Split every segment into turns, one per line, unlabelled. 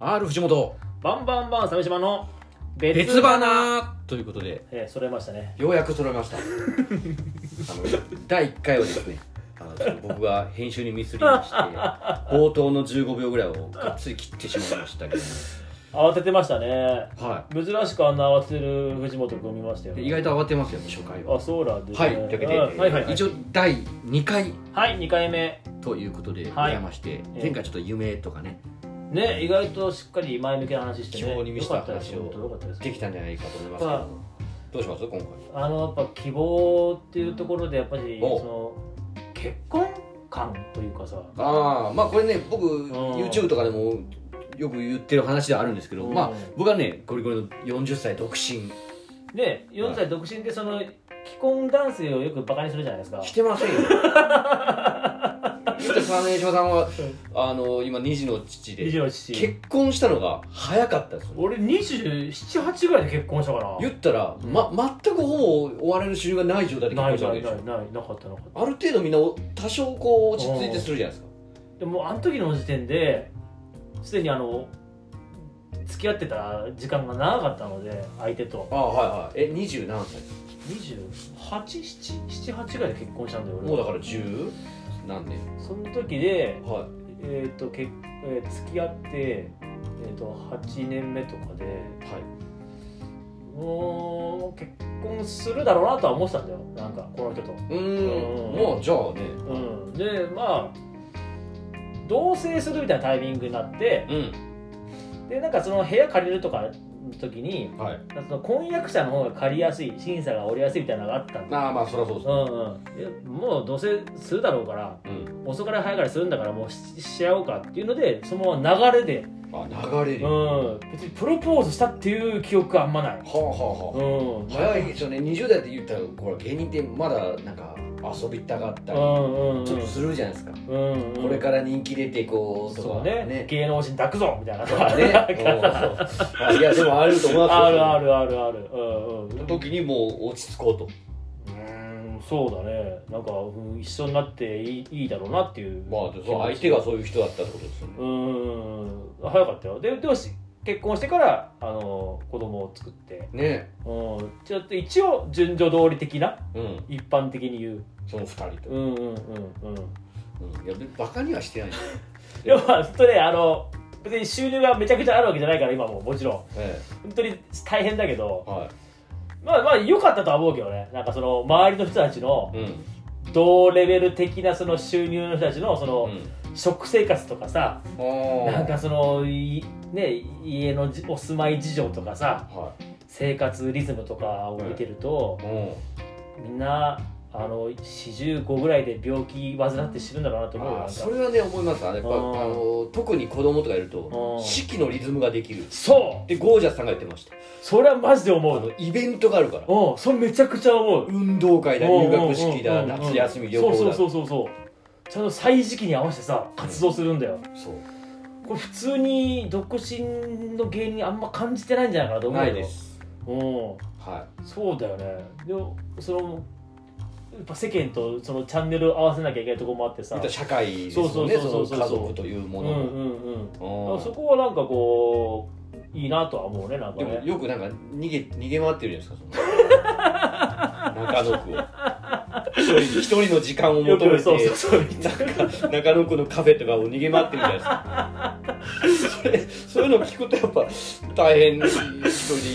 R 藤本
バンバンバン鮫島の別
別花ということで
えー、揃えましたね
ようやく揃い ましたあの第1回をですねあのちょっと僕が編集にミスりまして 冒頭の15秒ぐらいをがっつり切ってしまいましたけど
慌ててましたね
も、は
珍しくあんな慌ててる藤本君見ましたよ、
い、意外と慌てますよね初回は
あそうなんですね
はいというわけで、
うんはいはいはい
一応第2回
はい2回目
ということでご
はい
ざいまして、
ええ
前回ちょっと夢とかね
ね意外としっかり前向きな話してね
希望に満ちた話
よかったですよか
を
ったです
できたんじゃないかと思いますけどどうします今回
あのやっぱ希望っていうところでやっぱり
お
その結婚感というかさ
ああまあこれね僕
ん
YouTube とかでもよく言ってる話ではあるんですけど、
うん
まあ僕はねゴリゴリの40歳独身
で4歳独身でその既婚男性をよくバカにするじゃないですか
してません よそして沢根島さんはあの今2児の父
以
で
上父
結婚したのが早かったんですよ
俺278ぐらいで結婚したから
言ったら、ま、全くほぼ追われる収入がない状態で結
な
婚
い
した
な
わ
い
けでし
な
ょ
いないなかったなかっ
ある程度みんなお多少こう落ち着いてするじゃないですか
たでもうあの時の時点ですでにあの付き合ってた時間が長かったので相手と
ああはいはいえ二十何歳
28778ぐらいで結婚したんだよ俺
もうだから10何年
その時で、
は
えーと結えー付き合って、えー、と8年目とかで
いはい
もう結婚するだろうなとは思ってたんだよなんかこの人と。
うーん
うん
もうじゃあね
うん、でまあ同棲するみたいなタイミングになって
うん
でなんかその部屋借りるとかの時に
はい
その婚約者の方が借りやすい審査が下りやすいみたいなのがあったんだ
まあまあそりゃそうです
うんうん、でもうどうせするだろうから
うん
遅かれ早かれするんだからもうししちゃおうかっていうのでそのまま流れで、
あ流れ
う
るは
ん、別にプロポーズしたっていう記憶はあんまない、
あは
う
あは
ん、
あ早いですよね20代って言ったらこれ芸人ってまだなんか遊びたかった
う
り
んうんうん
ちょっとするじゃないですか
うんうん
これから人気出てこうと
そ
か
うね
ね
芸能人抱くぞみたいな
とか ねうんそういやでもあると思いますよ
あるあるあるあるうんうん
その時にもう落ち着こうと
うんそうだねなんか、うん一緒になっていいいいだろうなっていう
まあ、その相手がそういう人だったってことですよね。
うん早かったよででもし結婚してからあの子供を作って、
ね
うん、ちょっと一応順序通り的な
うん、
一般的に言う
その二人と。
うんうんうんう
う
ん
ん、いや、バカにはしてない。
でもまあそれあの別に収入がめちゃくちゃあるわけじゃないから今ももちろん
え
本当に大変だけど
え、は
まあまあ良かったとは思うけどねなんかその周りの人たちの
い。うん、
同レベル的なその収入の人たちのその、
うん。
食生活とかさなんかそのいね家のじお住まい事情とかさ
は
生活リズムとかを見てると
い。、うん。
みんなあの45ぐらいで病気患って死ぬんだろうなと思うよ
ああ
なんか
それはね、思います。あれ、やっぱ、あ
うん
の、特に子供とかいる
う
と、
ん
式のリズムができる。
そう
で、ゴージャスさんが言ってました。
それはマジで思
あ
う
の、イベントがあるから。
うんそれめちゃくちゃ思う
運動会だ、入学式だ、
うんうんうんうん
夏休み、旅行だ。
そうそうそうそうそうちゃんと歳時期に合わせてさ活動するんだよ
そう
これ普通に独身の芸人あんま感じてないんじゃないかなと思う
な
よ
いです。
うん
は
そうだよねでもそのやっぱ世間とそのチャンネル合わせなきゃいけないところもあって
い。
さ
いった社会ですもんね、
そうそ
そう
そう
の
そう
家族という
う
も
ん
の
う
も
んうんだ
うん
からそこはなんかこういいなとは思うねなんか
でも
ね
よくなんか 逃げ逃げ回ってるじゃないですかその 中野区を一人一人の時間を求めて
そうそうそう
なんか中 野区のカフェとかを逃げ回ってるじゃないですかそれそういうの聞くとやっぱ大変一人で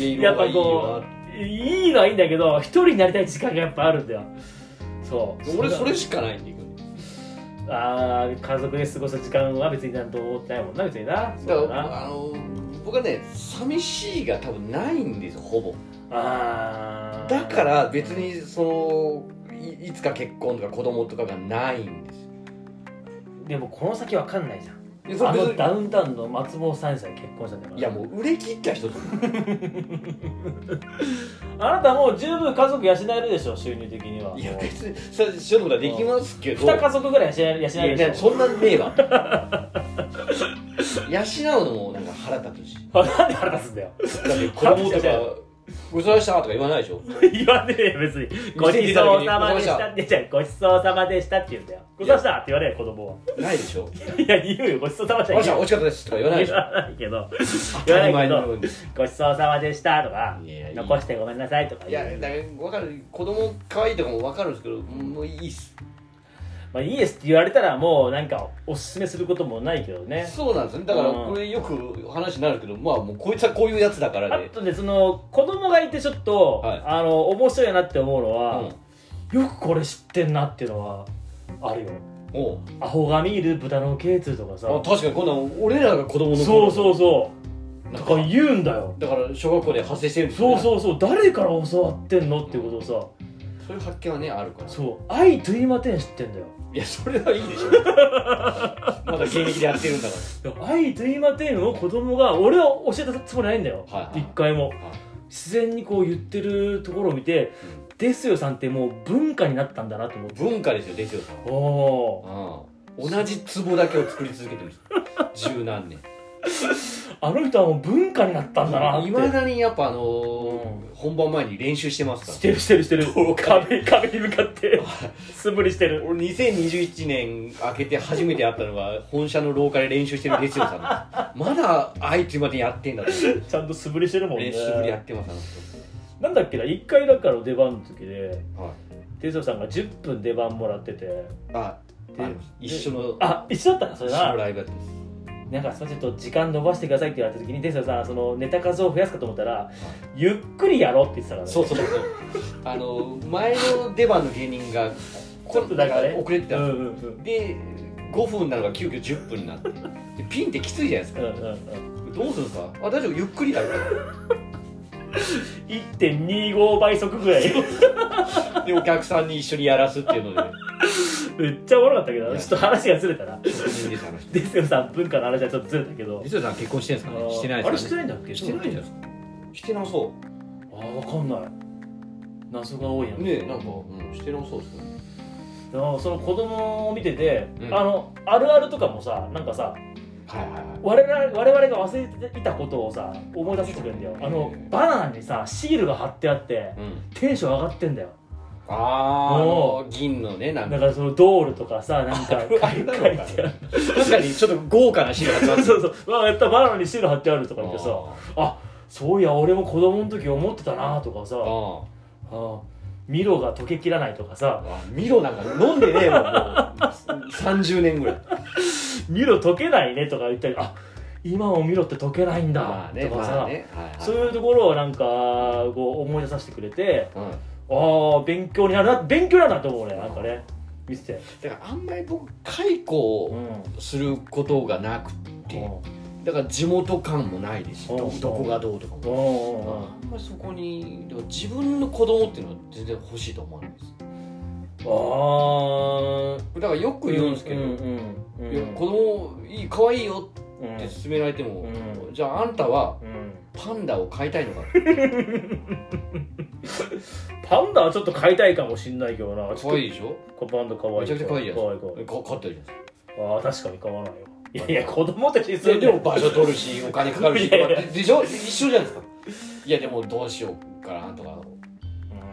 家いる
や
方
っ
が
ぱ
いい
こ
よ
ういいのはいいんだけど一人になりたい時間がやっぱあるんだよそう
な俺それしかないんだけ
あー家族で過ごす時間は別になんと思ってないもんな別になそ
どだ
うだ
から
な
あの僕はね寂しいが多分ないんですよほぼ
あー
だから別にそのいいつか結婚とか子供とかがないんですよ
でもこの先わかんないじゃん
でそれ
あ
別
の
に
ダウンタウンの松本さんさん結婚したんだから
いやもう売れ切った人と
あなたもう十分家族養えるでしょ収入的にはい
や別にそれしようとできますけど
2家族ぐらい養える養える
いや
で
ね
しょ
そんなんねえわ養うのもなんか腹立つし
あなんで腹立つんだよ
だって子供とかごちそうさまでしたとか言わないでしょ
言わねえよ別にごちそうさまでしたってじゃごちそうさまでしたって言うんだよごちそうさまでしたって言われる子供は
ないでしょ
いや言うよごちそうさまで
あ
した
美味しかったですとか言わないでし
言
ょ
わないけど
当
言
た
わな
り
い
前
け
の
ど
ように
ごちそうさまでしたとか
いやいや
残してごめんなさいとか
い
言
や
う
だからわかる子供可愛いとかもわかるんですけどもういいっす
まあいいですって言われたらもうなんかおすすめすることもないけどね
そうなんですねだから
うん
これよく話になるけどまあもうこいつはこういうやつだから
あ
で
とねその子供がいてちょっと、
はい
あの面白いなって思うの
うん
は、よくこれ知ってんなっていうのはあるよ
おう
アホが見る豚の頸椎とかさ
あ確かにこんなん俺らが子供の
そうそうそううとか言うんだよ
だから小学校で派生してるんです
そう
う
そうそう誰から教わってんのっていうことを
そういう発見はねあるから
さそう「愛と言いまてん」知ってんだよ
いやそれはいいで しょまだ現役でやってるんだか
「愛と言いまてん」を子供が俺は教えたつもりないんだよ
はいはい
一回も
ら、はい
自然にこう言ってるところを見て「ですよさんってもう文化になったんだな」と思っ
うん
て
文化ですよですよさん
おおー
はうん同じ壺だけを作り続けてるんです十何年
あの人はもう文化になったんだなって
いまだにやっぱあのー本番前に練習してますから
してるしてるしてる
どうか
壁壁に向かって素振りしてる
俺2021年明けて初めて会ったのが本社の廊下で練習してるですよさんなんですまだあいつまでやってんだって
ちゃんと素振りしてるもんね
練習ぶりやってますあの
なんだっけな一回だからの出番の時で
人はい
哲夫さんが10分出番もらってて
あ
で
あります一緒の
あ一緒だったなそれ
一緒の
な
ライブやってます
なんかそれちょっと時間伸ばしてくださいって言われた時に哲夫さんそのネタ数を増やすかと思ったらゆっくりやろうって言ってたからね
そうそうそうあの前の出番の芸人が
ちょっとだからね
遅れてた
うん
ん
う
で
んうん
すで5分なのが急遽10分になってでピンってきついじゃないです
うんう
か
んうん
どうするんですかあ大丈夫ゆっくりだよ
1.25倍速ぐ らい
でお客さんに一緒にやらすっていうので
めっちゃおもろかったけどちょっと話がずれたな
職人ですあの人
ですよさん文化の話はちょっとずれたけど
実は結婚してるんですかねしてないですかね
あれしてないんだっけ
してないんじゃないですかしてなそ
あーわかんない謎が多いや
うんねえなんか、うん、してなそうですね
でもその子供を見てて、
うん
あのあるあるとかもさなんかさ
はいはいはい
我々我々が忘れていたことをさ思い出させてくれるんだよあの
うん
バナナにさシールが貼ってあって
うん、
テンション上がってんだよ
あああ
お
の銀のねなん
だ
か
からそのドールとかさなんか
あ
書い
る
て
あ
あ
る
る
なのかな確かにちょっと豪華な資料が集まっ
そう
て
そうそうわやったバナナにシール貼ってあるとか言ってさ
あ
あそういや俺も子供の時思ってたなとかさ
あ
あ
あ
ーミロが溶けきらないとかさ
あミロなんか飲んでねえもんもう30年ぐ らい
ミロ溶けないねとか言ったりあ今もミロって溶けないんだ、
まあね
とかさ、
まあねはいはい
そういうところをなんかこう思い出させてくれて
うん、
ああ勉強になるな勉強になるなと思う俺なんかね見てて、
だからあんまり僕解雇
う
を
ん、
することがなくてだから地元感もないですし
うん
どどこがどうとかも
うんうん
あんまりそこにでも自分の子供っていうのは全然欲しいと思わないです
あ
だからよく言うんですけど、
うんうんうん
いや子供いい可愛いよ
うん
って勧められても、
う
じゃああんたは
うん
パンダを飼いたいのか
パンダはちょっと買いたいかもしんないけどなち
可
ょっ
愛いでしょ
とパンダ可愛い
めちゃくちゃ可愛いじゃん
可愛い可愛い
か飼ってるじゃん
ああ確かに買わないよいやいや子供たちにす
で
る
でも場所取るしお金かかるし
いやいや
ででしょ一緒じゃないですかいやでもどうしようかなとか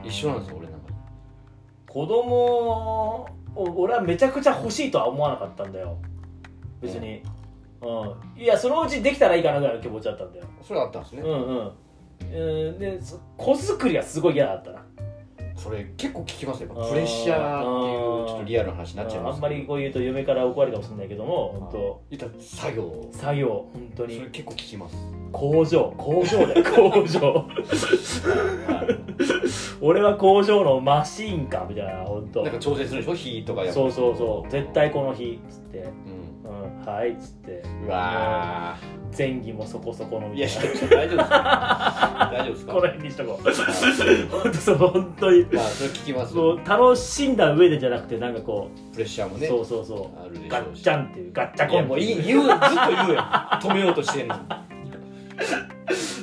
一緒なんですよ俺なんか
子供を俺はめちゃくちゃ欲しいとは思わなかったんだよ別に、うん、いやそのうちできたらいいかなぐらいの気持ちだったんだよ
それあったんですね、
うんうんうんでそ子作りはすごい嫌だったな
それ結構聞きますよやっぱプレッシャーって
あー
いうちょっとリアルな話になっちゃい
あ
ます
んまりこう言うと嫁から怒られるかもしれないけども本当
言ったら作業
作業本当
それ
に
結構聞きます
工場工場だよ 工場俺は工場のマシーンかみたいな本当
なんか調整するでしょ火とかやっぱ
そうそうそう絶対この日っつって
うん
うんはいっつって
うわ
前儀もそこそこの
ー
み
い
た
や
い
ち
な
ょっと大丈夫ですか大丈夫ですか
この辺にしとこう本当そう本当に
まあそれ聞きます
も
よ
う楽しんだ上でじゃなくてなんかこ
プレッシャーも
う、
ね
そうそうそう
あるでしょうし
ガッチャンっていうガッチャ
い
コ
や
ン
も
っ
う
て
いい
いう
言うずっと言うよ止めようとしてんの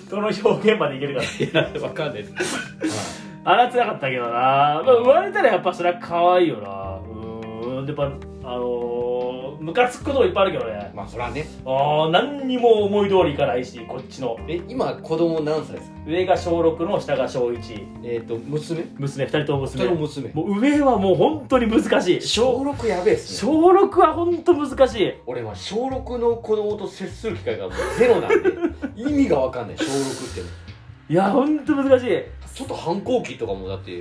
その表現までいけるから
いや わかんないです、
あらつらかったけどな、まあ、生まれたらやっぱそれは可愛いよなうーんでやっぱあのーのムカつくこともいっぱいあるけどね
まあそらね
ああ何にも思い通りいかないしこっちの
え今子供何歳ですか
上が小6の下が小1
えっ、と娘
娘2人とも娘
人の娘
もう上はもう本当に難しい
小6やべえっすね
小6は本当難しい
俺は小6の子供と接する機会がもうゼロなんで意味がわかんない小6って
いや本当難しいう
ちょっと反抗期とかもだって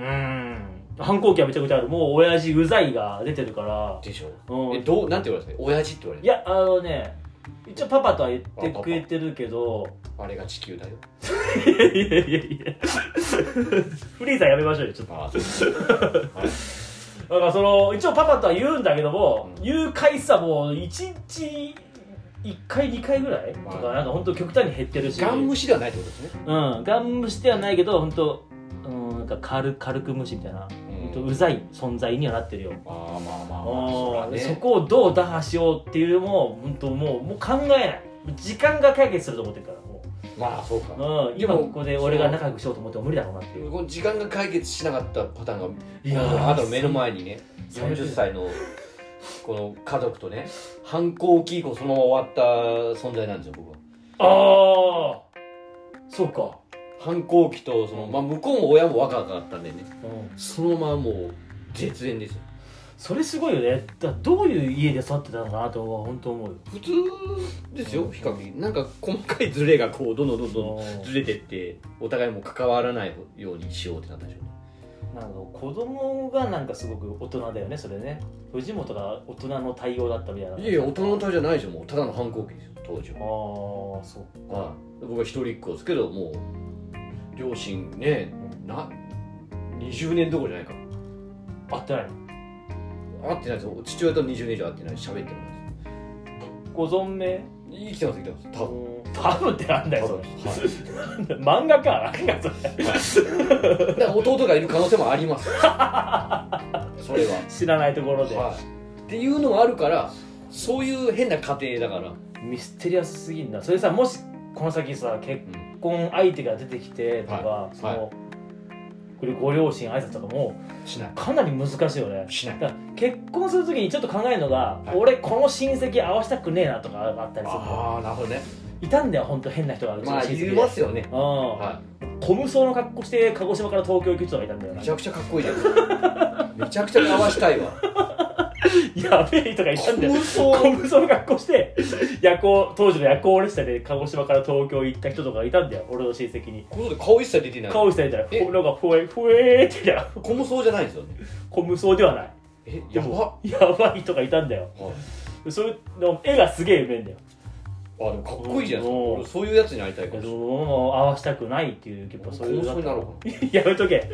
ん反抗期はめちゃくちゃあるもう親父うざいが出てるから
でしょ
うん
えどうなんて言われたんですか親父って言われ
い
て
やあのね一応パパとは言ってくれてるけど
あれが地球だよ
いやいやいやいやフリーザやめましょうよちょっと
ああそうです
だからその一応パパとは言うんだけども、
うん
言う回数はもう1日1回2回ぐらい、
はい
とかなんか本当極端に減ってるし
ガン虫ではないってことですね
うんガン無視ではないけど本当うんなんか軽軽く無視みたいな、
ん
ほんとうざい存在にはなってるよ
まあまあまあまあそら
そ,、
ね
そこをどう打破しようっていうのも本当もうもう考えない時間が解決すると思ってるからも
まあそうか
う、うん、
で
今
も
ここで俺が仲良くしようと思っても無理だろうなっていう
この時間が解決しなかったパターンが
いやー
あと目の前にね
そう
40歳のこの家族とね反抗期以降そのまま終わった存在なんですよ僕は
ああそうか、
反抗期とその、まあ、向こうも親も若かったんでね
うん、
そのままもう絶縁ですよ
それすごいよねだどういう家で育ってたのかなとは本当思うよ
普通ですよ比較的なんか細かいズレがこうどんどんどんどんずれてってお互いもう関わらないようにしようってなったんでしょうね
なんか子供がなんかすごく大人だよねそれね藤本が大人の対応だったみたいない
やいや大人のためじゃないでしょもうただの反抗期ですよ当時は
ああそう
はい、僕は一人っ子ですけどもう両親ねな20年どころじゃないか
合ってないの
会ってないですよ父親と20年以上会ってないし喋ってもない
ご存命
です生きてます生きてます多分
多分ってなんだよ
多
そ
分
れ
はい
漫画かなんかそれ
だから弟がいる可能性もあり ますそれは、
知らないところで
はい、っていうのがあるからそういう変な家庭だから、
ミステリアスすぎんなそれさもしこの先さ結婚相手が出てきてとか、
はい
その、これご両親挨拶とかも
しない
かなり難しいよね
しない
だから結婚するときにちょっと考えるのが、
はい
俺この親戚合わせたくねえなとかあったりする
ああなるほどね
いたんだよ本当変な人がうち
ま
の
あ
親戚で、
言いますよね
うん、
は
小無双の格好して鹿児島から東京行く人がいたんだよ
い
な
めちゃくちゃかっこいいじゃん めちゃくちゃかわしたいわ
やべえ人がいたんだよ
無
小無双の格好して夜行当時の夜行列車で鹿児島から東京行った人とかいたんだよ俺の親戚に
この人顔一切出てない
顔してみたら
え
なんかふえふえーって言ったら
小無双じゃないんですよね
小無双ではない
え
で
やば
もやばい人がいたんだよ
はい
それの絵がすげえうめえんだよ
あでもかっこいいじゃないですか
うん
俺そういうやつに会いたいか
け
もし
ど
れない
も合わせたくないっていう結構そういう
小無双になろうか
やめとけ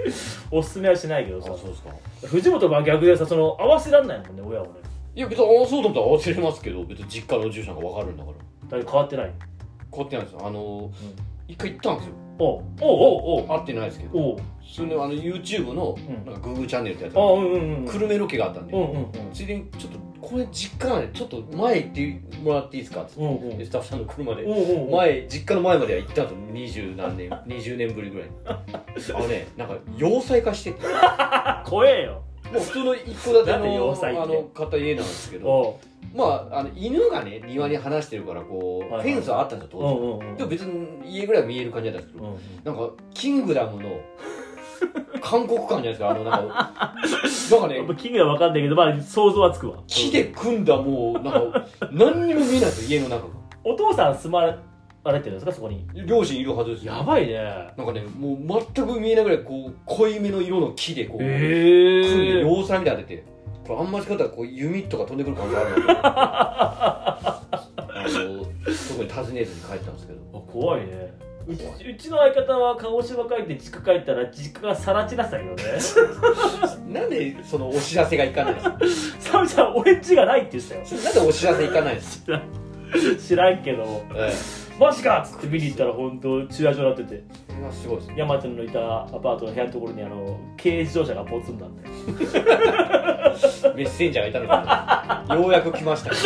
おすすめはしないけど
あ
さ
そうですか
藤本は逆でさその合わせらんないもんね親はね
いや別に合わそうと思ったら合わせれますけど別に実家の住所が分かるんだから
だって変わってない
変わってないんですよあのー一回行ったんですよ
おうおうおう
会ってないですけど
おうおう
それであの YouTube の
うん
なんかグーグーチャンネルってやつ
あ
が
うんうんうん
久留米ロケがあったん
うん
でついでにちょっとこれ実家なんでちょっと前行ってもらっていいですかって
うんうんうんうん
でスタッフさんの車で
うんうん
前実家の前までは行ったと二十何年二十年ぶりぐら いにあのねなんか要塞化してて
あ怖えよ
もう普通の一戸建て
なんで要
の
塞って
あの片家なんですけど、
おう
まあ、あの犬がね庭に放してるからこう、
はいはい
フェンスはあったんですよ
うん
当
うんう
時
ん
でも別に家ぐらいは見える感じだったんですけ
う
ど、
んうん
なんかキングダムの韓国感じゃないですかあのなんかなんか
や っぱ
ね
キングは分かんないけどまあ想像はつくわ
木で組んだもうなんか何にも見えないんですよ家の中が
お父さん住まわれてるんですかそこに
両親いるはずですよ
やばいね
なんかねもう全く見えないぐらいこう濃いめの色の木でこう、組んで
え
要塞みたいになっててこれあんま使ったらこう弓とか飛んでくる可能性あるのであの特に訪ねずに帰ったんですけど
怖いねうちうちの相方は鹿児島帰って実家帰ったら実家がさら地なさい よね
なんでそのお知らせがいかないんで
サムちゃん俺んちがないって言ってたよ
すかなんでお知らせいかないんですか、
知らんけど
ええ
マジかっつって見に行ったら本当駐車場になってて
それはすごいですね
山ちゃんのいたアパートの部屋のところにあの軽自動車がポツンだって
メッセンジャーがいたのかなようやく来ましたけど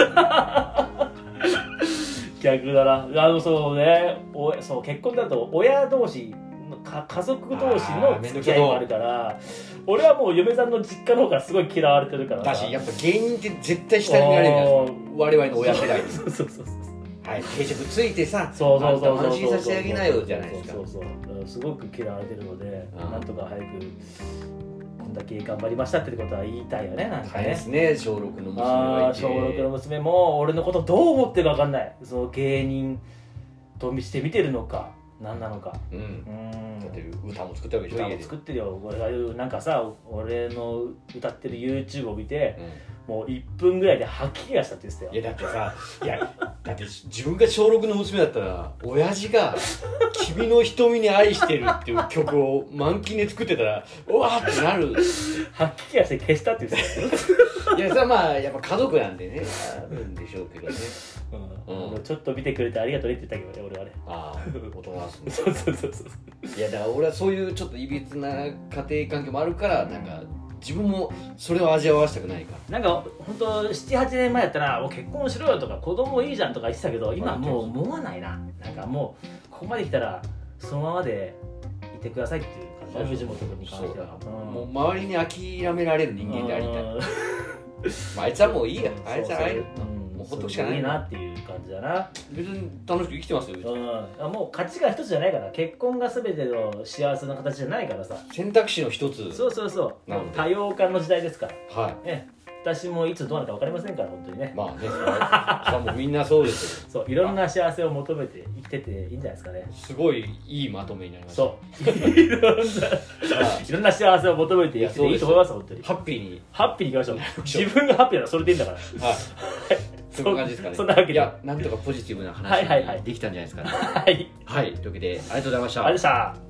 逆だなあのそうねおそう結婚だと親同士のか家族同士の付き合いもあるから俺はもう嫁さんの実家の方がすごい嫌われてるから
だしやっぱ芸人って絶対下に見られるじゃないですか
あー
我々の親世代に
そうそうそうそう
はい定食ついてさ
そうそうそ
あ
う
んた安心させてあげなよじゃないですか
そうそうそううんすごく嫌われてるので
うん
なんとか早くこんだけ頑張りましたってことは言いたいよねなんか
大変で
ね
すね小6の娘
あ
が
あ
いて
小6の娘も俺のことどう思ってるか分かんないその芸人と見して見てるのか何なのか
うん
うん
だって歌も作ったわけでしょ
歌
家
も
で
作ってるよ俺がなんかさ俺の歌ってる YouTube を見てもう1分ぐらいで吐き気がしたって言ってた
い
よ
やだってさいやだって自分が小6の娘だったら親父が「君の瞳に愛してる」っていう曲を満勤で作ってたらうわーってなる
吐き気がして消したって言ってたよ、
いやさまあやっぱ家族なんでねあるんでしょうけどね
うん
うん
あのちょっと見てくれてありがとうねって言ったけどね俺は ね
ああ大人ですね
そうそうそうそう
いやだから俺はそういうちょっといびつな家庭環境もあるからなんか自分もそれを味わわしたくないか
なんか本当78年前やったら「もう結婚しろよ」とか「子供いいじゃん」とか言ってたけど今はもう思わないななんかもうここまで来たらそのままでいてくださいっていう感じだね藤本君に
ら
関しては
そうだもう周りに諦められる人間でありたい、まあ、あいつはもういいやあいつはあいもうほっとくしかない
いいなっていう感じだな、
別に楽しく生きてますよ別
う
に
ん、あもう価値が一つじゃないから結婚が全ての幸せの形じゃないからさ
選択肢の一つ
そうそうそう
なるほど
多様化の時代ですから
は
ね私もいつどうなるか分かりませんから本当にね
いまあねそれはそれはもうみんなそうですよ
そういろんな幸せを求めて生きてていいんじゃないですかね
すごいいいまとめになりました
そう。いろんな、
はい
いろんな幸せを求めてやっていいと思います、本当に。
ハッピーに
ハッピーにいきましょう。
しょう
自分がハッピーならそれでいいんだから。
はいそんな感じですかね
そんなわけで
いやなんとかポジティブな話
はいはいはい
できたんじゃないですかね
はい。ありがとう
はいというわけでありがとうございました
ございました。